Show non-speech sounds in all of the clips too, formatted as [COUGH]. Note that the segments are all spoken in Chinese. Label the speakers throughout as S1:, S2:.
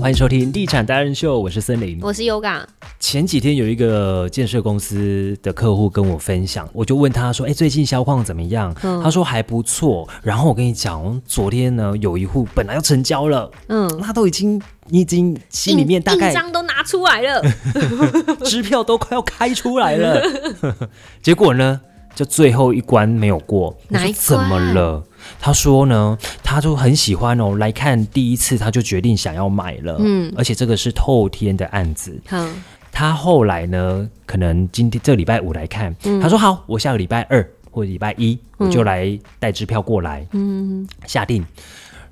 S1: 欢迎收听《地产达人秀》，我是森林。
S2: 我是 Yoga，
S1: 前几天有一个建设公司的客户跟我分享，我就问他说：“哎，最近销况怎么样？”
S2: 嗯
S1: 他说还不错。然后我跟你讲，昨天呢有一户本来要成交了，
S2: 嗯，
S1: 那都已经你已经心里面大
S2: 印
S1: 概
S2: 印章都拿出
S1: [LAUGHS]
S2: 来了，
S1: 支票都快要开出来了， [LAUGHS] 结果呢，就最后一关没有过。我
S2: 哪
S1: 说
S2: 一
S1: 怎么
S2: 关
S1: 了？他说呢，他就很喜欢哦，来看第一次他就决定想要买了，嗯
S2: 嗯，
S1: 而且这个是透天的案子。
S2: 嗯，
S1: 他后来呢，可能今天这礼拜五来看，
S2: 嗯
S1: 他说好，我下个礼拜二或者礼拜一我就来带支票过来，嗯，下定。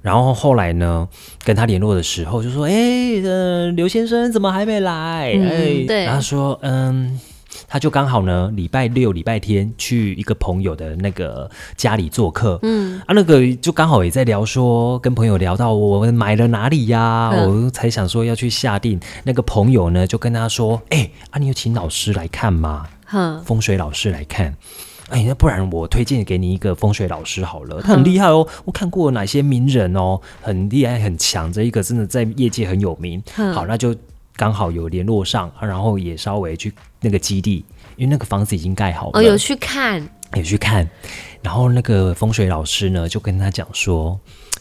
S1: 然后后来呢，跟他联络的时候就说：“哎、呃，刘先生怎么还没来？”哎、
S2: 嗯对
S1: 然后他说：“嗯，他就刚好呢，礼拜六、礼拜天去一个朋友的那个家里做客，嗯，啊，那个就刚好也在聊说，跟朋友聊到我们买了哪里呀、
S2: 嗯
S1: 我才想说要去下定。那个朋友呢，就跟他说，哎、啊，你有请老师来看吗？
S2: 哼，
S1: 风水老师来看。哎，那不然我推荐给你一个风水老师好
S2: 嗯
S1: 了，他很厉害哦。我看过哪些名人哦，很厉害很强，这一个真的在业界很有名。
S2: 嗯
S1: 好，那就刚好有联络上，啊然后也稍微去那个基地，因为那个房子已经盖好了，
S2: 哦，有去看，
S1: 也去看。然后那个风水老师呢，就跟他讲说：“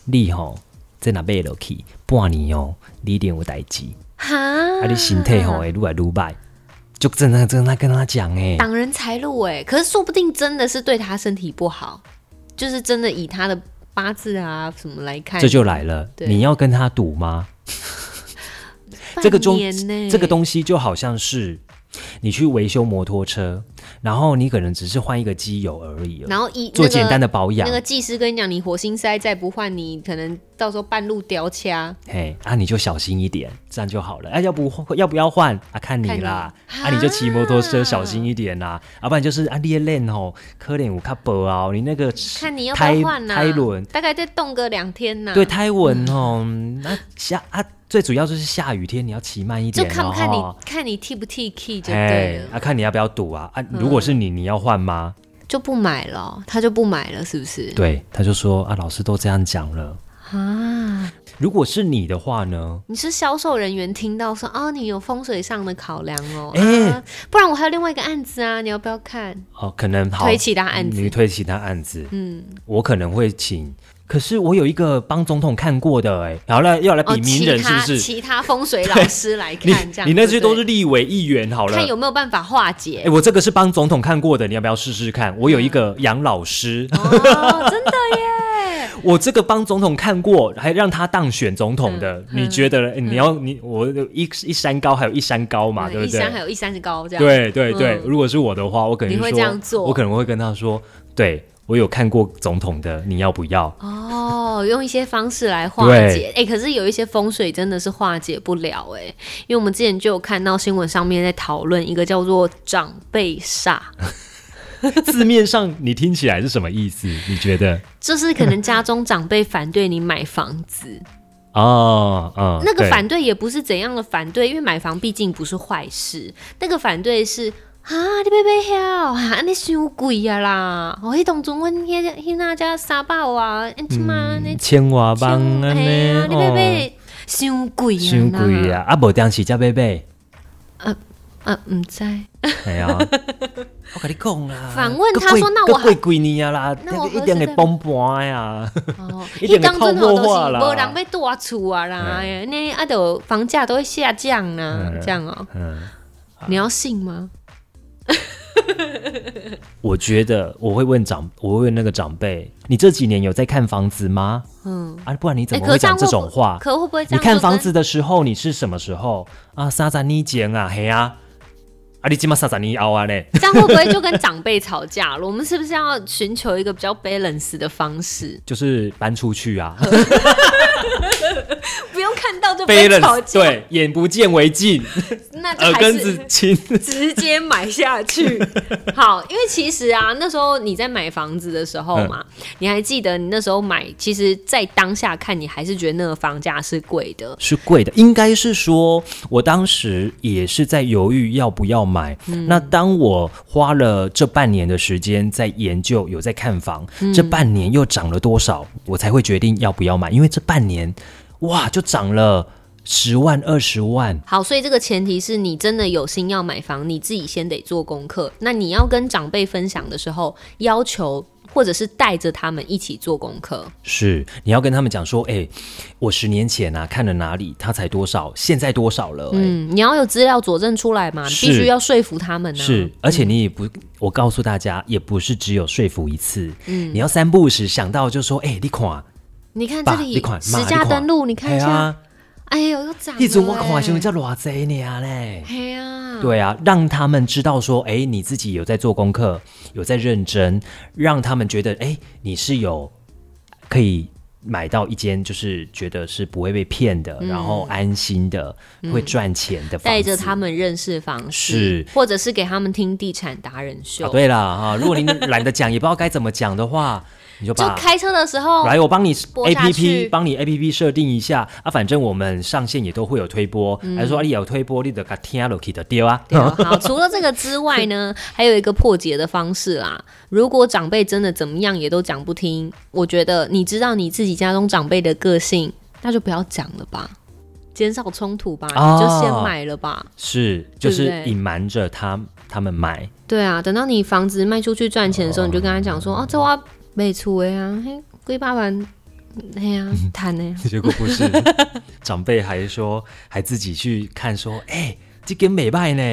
S1: 你吼、在哪边落去，半年哦，你一定有代志，
S2: 哈，
S1: 啊，你身体吼、会愈来愈歹。”就真的真的跟他讲哎、
S2: 挡人财路哎，可是说不定真的是对他身体不好，就是真的以他的八字啊什么来看，
S1: 这就来了，
S2: 对
S1: 你要跟他赌吗？
S2: 半
S1: 这个中
S2: 年呢，
S1: 这个东西就好像是你去维修摩托车，然后你可能只是换一个机油而已了，
S2: 然后一
S1: 做简单的
S2: 的。
S1: 保养，
S2: 那个技师跟你讲，你火星塞再不换，你可能到时候半路掉掐。
S1: 嘿，啊你就小心一点，这样就好了。哎、要不要不要换啊？看你
S2: 看你
S1: 啦，啊
S2: 啊
S1: 你就骑摩托车小心一点啦，要、不然就是啊练练吼，可怜我看薄啊，你那个
S2: 看啊你要不
S1: 胎
S2: 要换呐、
S1: 胎轮，
S2: 大概再动个两天呐、
S1: 对胎纹哦，
S2: 嗯
S1: 那、下啊最主要就是下雨天你要骑慢一
S2: 就
S1: 点、哦，
S2: 看不看你
S1: 哈
S2: 看你 T 不 T key 就对
S1: 哎，
S2: 了，嗯
S1: 啊，看你要不要赌啊啊！如果是你，你要换吗？
S2: 就不买了哦，他就不买了，是不是？
S1: 对，他就说啊，老师都这样讲了。
S2: 啊，
S1: 如果是你的话呢？
S2: 你是销售人员听到说哦，你有风水上的考量哦，
S1: 哎
S2: 啊，不然我还有另外一个案子啊，你要不要看？
S1: 哦，可能好
S2: 推其他案子
S1: 你推其他案子，
S2: 嗯，
S1: 我可能会请。可是我有一个帮总统看过的、哎，好了，要来
S2: 哦，
S1: 比名
S2: 其
S1: 人是
S2: 他
S1: 不是？
S2: 其他风水老师来
S1: 你
S2: 看，这样
S1: 你那些
S2: 些
S1: 都是立委议员好了
S2: 看。有没有办法化
S1: 哎、
S2: 解。
S1: 我这个是帮总统看过的，你要不要试试看？我有一个杨老师，
S2: 嗯哦，真的耶！
S1: 我这个帮总统看过，还让他当选总统的，
S2: 嗯嗯
S1: 你觉得呢？哎你要你我一一山高还有一山高 [LAUGHS] 嘛，对
S2: 一
S1: 不对？
S2: 山还有一山之高，这样，
S1: 对对对，
S2: 嗯
S1: 如果是我的话，我可能
S2: 你会
S1: 说
S2: 这样做
S1: 我可能会跟他说，对我有看过总统的，你要不要？
S2: 哦，用一些方式来化解。哎、可是有一些风水真的是化解不了哎、因为我们之前就有看到新闻上面在讨论一个叫做长
S1: [LAUGHS]
S2: 辈煞，
S1: 字面上你听起来是什么意思？你觉得？
S2: 就是可能家中长辈反对你买房子，
S1: 哦，嗯，
S2: 那个
S1: 对
S2: 反对也不是怎样的反对，因为买房毕竟不是坏事，那个反对是。啊，你别别晓，啊，你伤贵啊啦！我迄当中，阮迄迄那家三百啊，你即马你
S1: 千瓦帮嗯安
S2: 嘿啊，
S1: 呢？哦
S2: 你别别伤贵啊
S1: 太
S2: 啦！
S1: 贵啊！啊，无当时才买买，
S2: 啊，唔
S1: [LAUGHS]
S2: 知。
S1: 哎呀、我跟你讲啦，
S2: 反问
S1: 还
S2: 他说
S1: 贵
S2: 那我
S1: 还贵几年啊啦，
S2: 那我
S1: 个
S2: 何
S1: 一定
S2: 时
S1: 会
S2: 再买
S1: 崩盘啊呀！，
S2: 哦
S1: 一定会
S2: 那当阵吼
S1: 泡沫
S2: 都是
S1: 化啦
S2: 无人要住厝啊啦，
S1: 嗯
S2: 那啊，就房价都会下降啊
S1: 嗯，
S2: 这样哦，
S1: [LAUGHS] 嗯，
S2: 你要信吗？
S1: 我觉得我会问长，我会问那个长辈，你这几年有在看房子吗？
S2: 嗯，
S1: 啊，不然你怎
S2: 哎
S1: 么
S2: 可
S1: 会
S2: 是这
S1: 讲
S2: 样
S1: 这
S2: 会不
S1: 种话？
S2: 可会不会这
S1: 啊你
S2: 样？
S1: 看房，子的时候，你是什么时候啊？三十年前啊，嘿啊，啊你起码三十年后啊嘞。
S2: 这样会不会就跟长辈吵架了？我们是不是要寻求一个比较 balance 的
S1: [LAUGHS]
S2: 方式？
S1: 就是搬出去啊
S2: 不用看到就 [LAUGHS] 被吵
S1: ，balance
S2: 架，
S1: 对，眼不见为净，
S2: 那就
S1: 耳
S2: [LAUGHS] 还
S1: 根
S2: 是
S1: 子
S2: [LAUGHS]
S1: 清。
S2: 直
S1: 呃
S2: 接买下
S1: [LAUGHS]
S2: 去。好，因为其实啊，那时候你在买房子的时候嘛，
S1: 嗯
S2: 你还记得你那时候买，其实，在当下看你还是觉得那个房价是贵的。
S1: 是贵的，应该是说，我当时也是在犹豫要不要买。
S2: 嗯
S1: 那当我花了这半年的时间在研究，有在看房，
S2: 嗯
S1: 这半年又涨了多少，我才会决定要不要买。因为这半年，哇，就涨了十万、二十万，
S2: 好，所以这个前提是你真的有心要买房，你自己先得做功课。那你要跟长辈分享的时候，要求或者是带着他们一起做功课。
S1: 是你要跟他们讲说，哎、我十年前啊看了哪里，它才多少，现在多少了、哎
S2: 嗯，你要有资料佐证出来嘛，你
S1: 是
S2: 必须要说服他们呢、啊。
S1: 是，，而且你也不，我告诉大家，也不是只有说服一次，
S2: 嗯
S1: 你要三不五时想到就说，哎、你看，
S2: 你看这
S1: 爸，
S2: 里
S1: 你看，妈
S2: 实价登录，你看一
S1: 哎
S2: 下，
S1: 呀
S2: 哎呦，又涨了、欸。嗯
S1: 一直我看时候叫偌济年嘞。
S2: 嘿呀，
S1: 对啊，让他们知道说，哎，你自己有在做功课，有在认真，让他们觉得，哎，你是有可以买到一间，就是觉得是不会被骗的，然后安心的，会赚钱的房子。
S2: 嗯带着他们认识方式，
S1: 是
S2: 或者是给他们听地产达人秀。
S1: 啊，对了啊，如果您懒得讲，也不知道该怎么讲的话，你就
S2: 就
S1: 把。
S2: 开车的时候，
S1: 来，我帮你
S2: 哦播
S1: A
S2: 下
S1: P
S2: 去
S1: P 帮你 A P P 设定一下啊，反正我们上线也都会有推播，还是说啊你有推播，你得给听落去的丢啊。
S2: 嗯对啊好，除了这个之外
S1: [LAUGHS]
S2: 呢，还有一个破解的方式啦。如果长辈真的怎么样也都讲不听，我觉得你知道你自己家中长辈的个性，那就不要讲了吧，减少冲突吧，
S1: 哦
S2: 你就先买了吧。
S1: 是，就
S2: 对
S1: 是
S2: 不对
S1: 隐瞒着他他们买，
S2: 对啊，等到你房子卖出去赚钱的时候，你就跟他讲说，哦，这我没出的啊，嘿，几百万，嘿
S1: [LAUGHS]
S2: 呀、啊，谈的、
S1: 结果不是， [LAUGHS] 长辈还说还自己去看说，哎、这间美卖呢，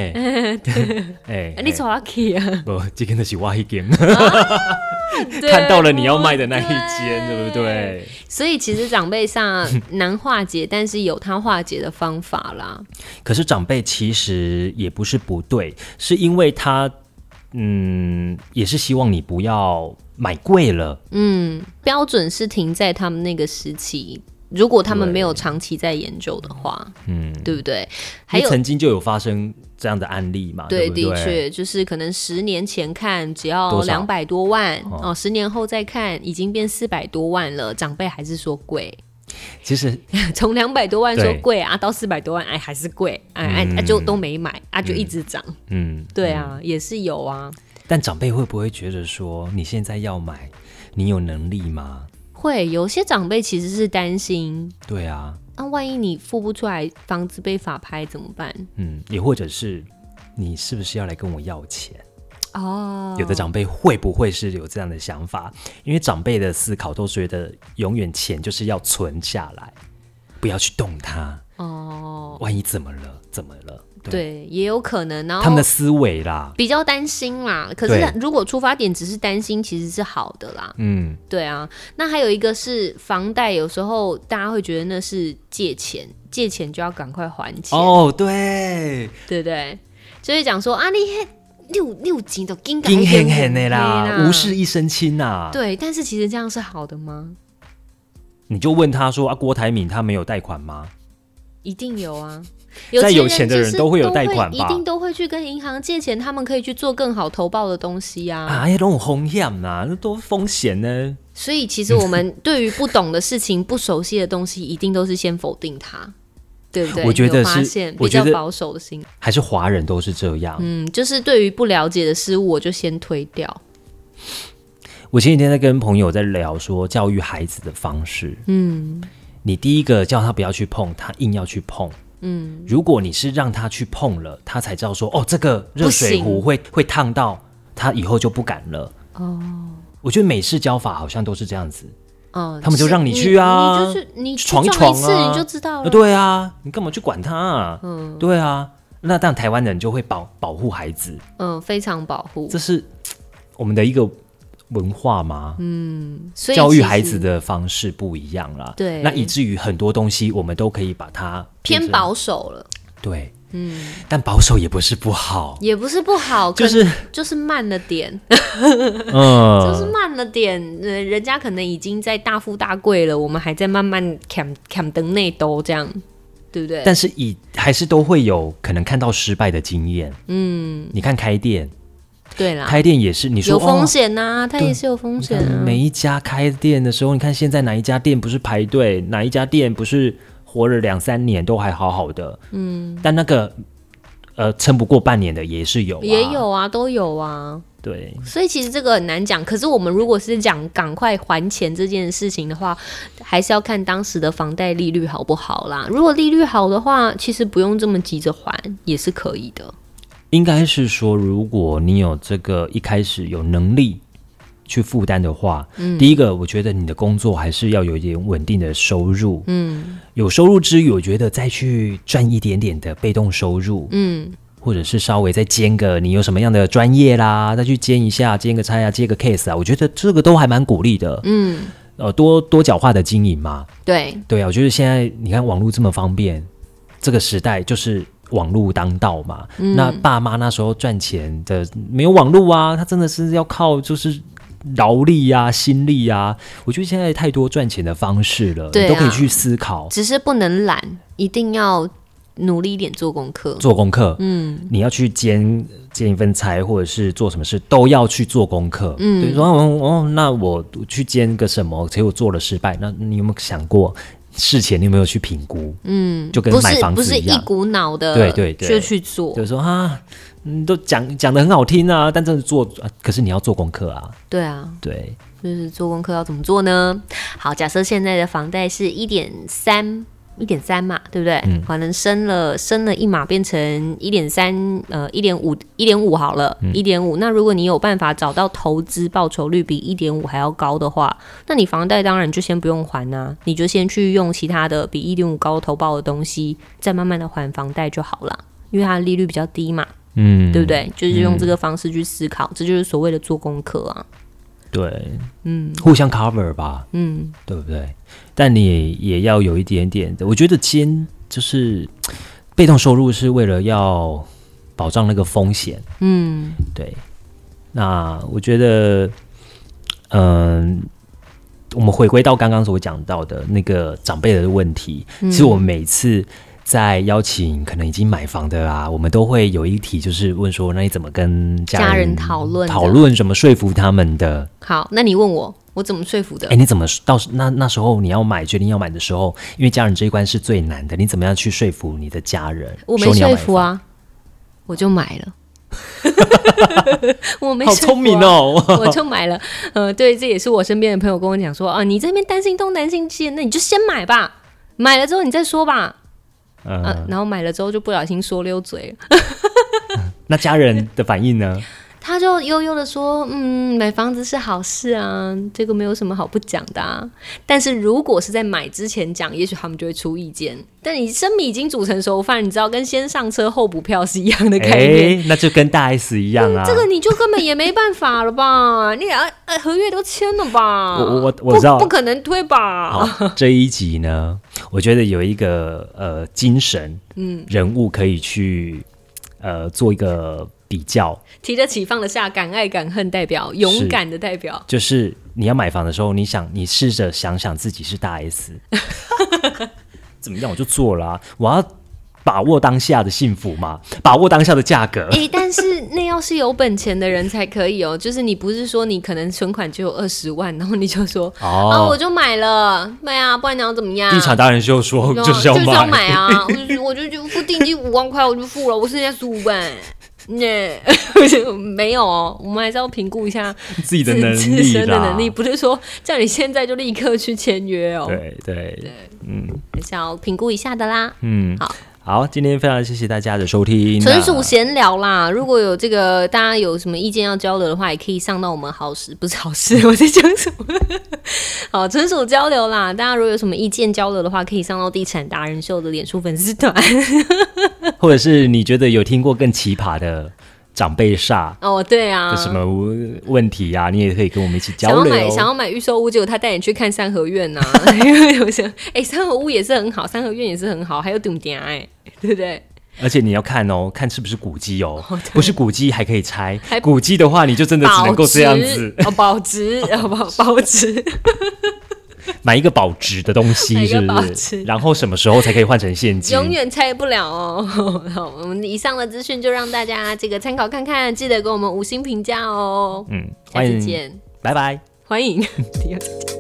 S1: 哎、
S2: [LAUGHS] 啊，你走啊去啊，
S1: 不，这间的是我一间，
S2: [LAUGHS]
S1: [LAUGHS]
S2: 对啊
S1: 看到了你要卖的那一间，对
S2: 对
S1: 不对？
S2: 所以其实长
S1: [LAUGHS]
S2: 辈上难化解，但是有他化解的方法啦。
S1: 可是长辈其实也不是不对，是因为他嗯，也是希望你不要买贵了，
S2: 嗯，标准是停在他们那个时期，如果他们
S1: 对
S2: 没有长期在研究的话，
S1: 嗯，
S2: 对不对？还
S1: 因为
S2: 有。
S1: 曾经就有发生这样的案例嘛，对不
S2: 的
S1: 对？
S2: 确，就是可能十年前看只要
S1: 多少
S2: 两百多万
S1: 哦
S2: 哦十年后再看已经变四百多万了，长辈还是说贵， [LAUGHS]
S1: 其实
S2: 从两百多万说
S1: 对
S2: 贵啊到四百多万，哎还是贵，哎哎、啊就都没买啊，就一直涨，
S1: 嗯，
S2: 对啊，也是有啊，
S1: 但长辈会不会觉得说你现在要买，你有能力吗？
S2: 会有些长辈其实是担心，
S1: 对啊，
S2: 那、万一你付不出来，房子被法拍怎么办？
S1: 嗯，也或者是你是不是要来跟我要钱？
S2: 哦，
S1: 有的长辈会不会是有这样的想法？因为长辈的思考都觉得永远钱就是要存下来，不要去动它，
S2: 哦，
S1: 万一怎么了，怎么了？
S2: 对，也有可能，然
S1: 他们
S2: 后
S1: 的思维啦，
S2: 比较担心啦。可是
S1: 对
S2: 如果出发点只是担心，其实是好的啦。
S1: 嗯，
S2: 对啊，那还有一个是房贷，有时候大家会觉得那是借钱，借钱就要赶快还钱，
S1: 哦，对，
S2: 对不对？就会讲说啊，你那你有你有钱都金
S1: 金狠狠的啦，无事。一身轻啊呐。
S2: 啊对，但是其实这样是好的吗？
S1: 你就问他说啊，郭台铭他没有贷款吗？
S2: 一定有
S1: [LAUGHS]
S2: 啊。
S1: 再有
S2: 钱
S1: 钱的
S2: 就
S1: 人
S2: 是
S1: 都会有贷款
S2: 一
S1: 吧
S2: 定都会去跟银行借钱，他们可以去做更好投报的东西啊。
S1: 啊，那种风险呐，那都风险呢。
S2: 所以其实我们对于不懂的事情、不熟悉的东西，一定都是先否定它，
S1: [LAUGHS]
S2: 对不对？
S1: 我觉得
S2: 你有发
S1: 是
S2: 现比
S1: 我觉
S2: 较
S1: 得
S2: 保守的心，
S1: 还是华人都是这样。
S2: 嗯，就是对于不了解的事物，我就先推掉。
S1: 我前几天在跟朋友在聊说教育孩子的方式，嗯，你第一个叫他不要去碰，他硬要去碰，嗯，如果你是让他去碰了，他才知道说哦，这个热水
S2: 不
S1: 壶
S2: 行
S1: 会会烫到，他以后就不敢了。哦，我觉得美式教法好像都是这样子，
S2: 嗯，
S1: 他们就是让你去啊
S2: 你就是你去
S1: 闯一
S2: 撞一
S1: 闯
S2: 次
S1: 啊
S2: 你就知道
S1: 啊
S2: 了。
S1: 对啊，你干嘛去管他啊？嗯，对啊，那当然台湾人就会保保护孩子，
S2: 嗯，非常保护
S1: 这，是我们的一个文化吗？
S2: 所以
S1: 教育
S2: 其
S1: 孩
S2: 实
S1: 子的方式不一样啦。
S2: 对
S1: 那以至于很多东西我们都可以把它变
S2: 偏
S1: 成。
S2: 保守了，
S1: 对，嗯，但保守也不是不
S2: [LAUGHS]
S1: 好，
S2: 也不是不好，可
S1: 就是
S2: 就是慢了点，就
S1: 嗯，
S2: 是慢了点。呃，人家可能已经在大富大贵了，我们还在慢慢砍砍灯内兜这样，对不对？
S1: 但是以还是都会有可能看到失败的经验。嗯，你看开店，
S2: 对啦，
S1: 开店也是你说
S2: 啊有风
S1: 哦
S2: 险呐、它也是有风
S1: 你
S2: 险
S1: 看
S2: 啊。
S1: 每一家开店的时候，你看现在哪一家店不是排队，哪一家店不是活了两三年都还好好的，嗯，但那个呃撑不过半年的也是有、啊，
S2: 也有啊，都有啊。
S1: 对，
S2: 所以其实这个很难讲。可是我们如果是讲赶快还钱这件事情的话，还是要看当时的房贷利率好不好啦。如果利率好的话，其实不用这么急着还也是可以的。
S1: 应该是说，如果你有这个一开始有能力去负担的话，第一个，我觉得你的工作还是要有一点稳定的收入，
S2: 嗯
S1: 有收入之余，我觉得再去赚一点点的被动收入，
S2: 嗯，
S1: 或者是稍微再兼个你有什么样的专业啦，再去兼一下，兼个差啊，接个 case 啊，我觉得这个都还蛮鼓励的。
S2: 嗯，
S1: 呃，多多角化的经营嘛，
S2: 对，
S1: 对啊，我觉得现在你看网络这么方便，这个时代就是网络当道嘛。
S2: 嗯
S1: 那爸妈那时候赚钱的没有网络啊，他真的是要靠就是。劳力啊，心力啊，我觉得现在太多赚钱的方式了，
S2: 对
S1: 你都可以
S2: 啊
S1: 去思考
S2: 只是不能懒，一定要努力一点做功课。
S1: 做功课。
S2: 嗯，
S1: 你要去兼兼一份差，或者是做什么事，都要去做功课。嗯，对，然后哦，那我去兼个什么，结果做了失败，那你有没有想过事前你有没有去评估？嗯，就跟
S2: 不
S1: 买
S2: 是
S1: 房
S2: 不
S1: 子
S2: 是
S1: 一
S2: 一
S1: 样，
S2: 股脑的，
S1: 对对对
S2: 就去做，
S1: 就是说啊，嗯，都讲讲的很好听啊，但真的做、啊，可是你要做功课啊，
S2: 对啊。
S1: 对，
S2: 就是做功课要怎么做呢？好，假设现在的房贷是一点三。一点三嘛，对不对？
S1: 嗯
S2: 可能升了升了一码，变成一点三，呃，一点五，一点五好
S1: 嗯
S2: 了，一点五。那如果你有办法找到投资报酬率比一点五还要高的话，那你房贷当然就先不用还啊，你就先去用其他的比一点五高投报的东西，再慢慢的还房贷就好了，因为它的利率比较低嘛，
S1: 嗯，
S2: 对不对？就是用这个方式去思考，这就是所谓的做功课啊。
S1: 对，嗯，互相 cover 吧，
S2: 嗯，
S1: 对不对？但你也要有一点点的，我觉得兼就是被动收入是为了要保障那个风险，
S2: 嗯，
S1: 对。那我觉得，嗯、我们回归到刚刚所讲到的那个长辈的问题，
S2: 嗯
S1: 其实我们每次。在邀请可能已经买房的啊，我们都会有一题，就是问说，那你怎么跟家
S2: 家
S1: 人
S2: 人讨论的
S1: 讨论怎么说服他们的？
S2: 好，那你问我，我怎么说服的？
S1: 哎，你怎么到时那那时候你要买决定要买的时候，因为家人这一关是最难的，你怎么样去说服你的家人？
S2: 我没
S1: 说你要
S2: 说
S1: 买
S2: 服啊，我就买
S1: [LAUGHS]
S2: 了。我没
S1: 房，好
S2: 说服啊
S1: 聪明，
S2: [LAUGHS]
S1: 哦！
S2: 我就买了。呃，对，这也是我身边的朋友跟我讲说，啊，你这边担心东担心西，那你就先买吧，买了之后你再说吧。嗯、
S1: 嗯，
S2: 然后买了之后就不小心说溜嘴了，
S1: 那家人的反应
S2: [LAUGHS]
S1: 呢？
S2: 他就悠悠的说，嗯，买房子是好事啊，这个没有什么好不讲的啊。但是如果是在买之前讲，也许他们就会出意见。但你生米已经煮成熟饭，你知道跟先上车后补票是一样的概念。
S1: 哎，那就跟大 S 一样啊。
S2: 嗯这个你就根本也没办法
S1: [LAUGHS]
S2: 了吧？你俩呃合约都签了吧？
S1: 我我我
S2: 不
S1: 我知道
S2: 不可能推吧？
S1: 好，这一集呢，我觉得有一个呃精神，嗯，人物可以去呃做一个比较，
S2: 提得起放得下，敢爱敢恨代表，勇敢的
S1: [LAUGHS]
S2: 代表。
S1: 就是你要买房的时候，你想你试着想想自己是大 S，怎么样我就做了啊、我要把握当下的幸福嘛，把握当下的价格。
S2: 诶，但是那要是有本钱的人才可以哦。就是你不是说你可能存款只有二十万，然后你就说啊我
S1: 哦，
S2: 就买了，对啊，不然你要怎么样？
S1: 地产达人秀说
S2: 对啊
S1: 就是要
S2: 就是
S1: 买，
S2: 要买啊！我就我就就付定金五万块，我就付了，我剩下十五万。那、 [LAUGHS] 没有哦，我们还是要评估一下
S1: [LAUGHS] 自己的
S2: 自
S1: 能
S2: 自
S1: 力
S2: 身的
S1: 啦
S2: 能力，不是说叫你现在就立刻去签约哦，
S1: 对对，
S2: 还是要评估一下的啦。
S1: 嗯，
S2: 好
S1: 好，今天非常谢谢大家的收听，啊
S2: 纯
S1: 嗯那
S2: 属闲聊啦，如果有这个大家有什么意见要交流的话，也可以上到我们好时不是好时， [LAUGHS] 我在讲什么？好，纯属交流啦，大家如果有什么意见交流的话，可以上到地产达人秀的脸书粉丝团
S1: [LAUGHS]
S2: [LAUGHS]
S1: 或者是你觉得有听过更奇葩的长辈煞
S2: 哦。对啊，
S1: 的什么问题啊，你也可以跟我们一起
S2: 想
S1: 交
S2: 要
S1: 流。
S2: 买想要买预售屋，结果他带你去看三合院呐、 [LAUGHS] 因为我想，哎、三合屋也是很好，三合院也是很好，还有顶点哎，对不对？
S1: 而且你要看哦，看是不是古迹哦，不是古迹还可以拆
S2: 还，
S1: 古迹的话你就真的只能够这样子
S2: 哦，保值，哦保保值，
S1: 买一个保值的东
S2: 买
S1: 西，
S2: 一个
S1: 是不
S2: 保
S1: 是？
S2: 值
S1: 然后什么时候才可以换成现金？
S2: 永远拆不了哦。 [LAUGHS] 好，我们以上的资讯就让大家这个参考看看，记得给我们五星评价哦。
S1: 嗯，
S2: 下
S1: 欢
S2: 次
S1: 迎，
S2: 见，
S1: 拜拜。
S2: 欢迎。第二次见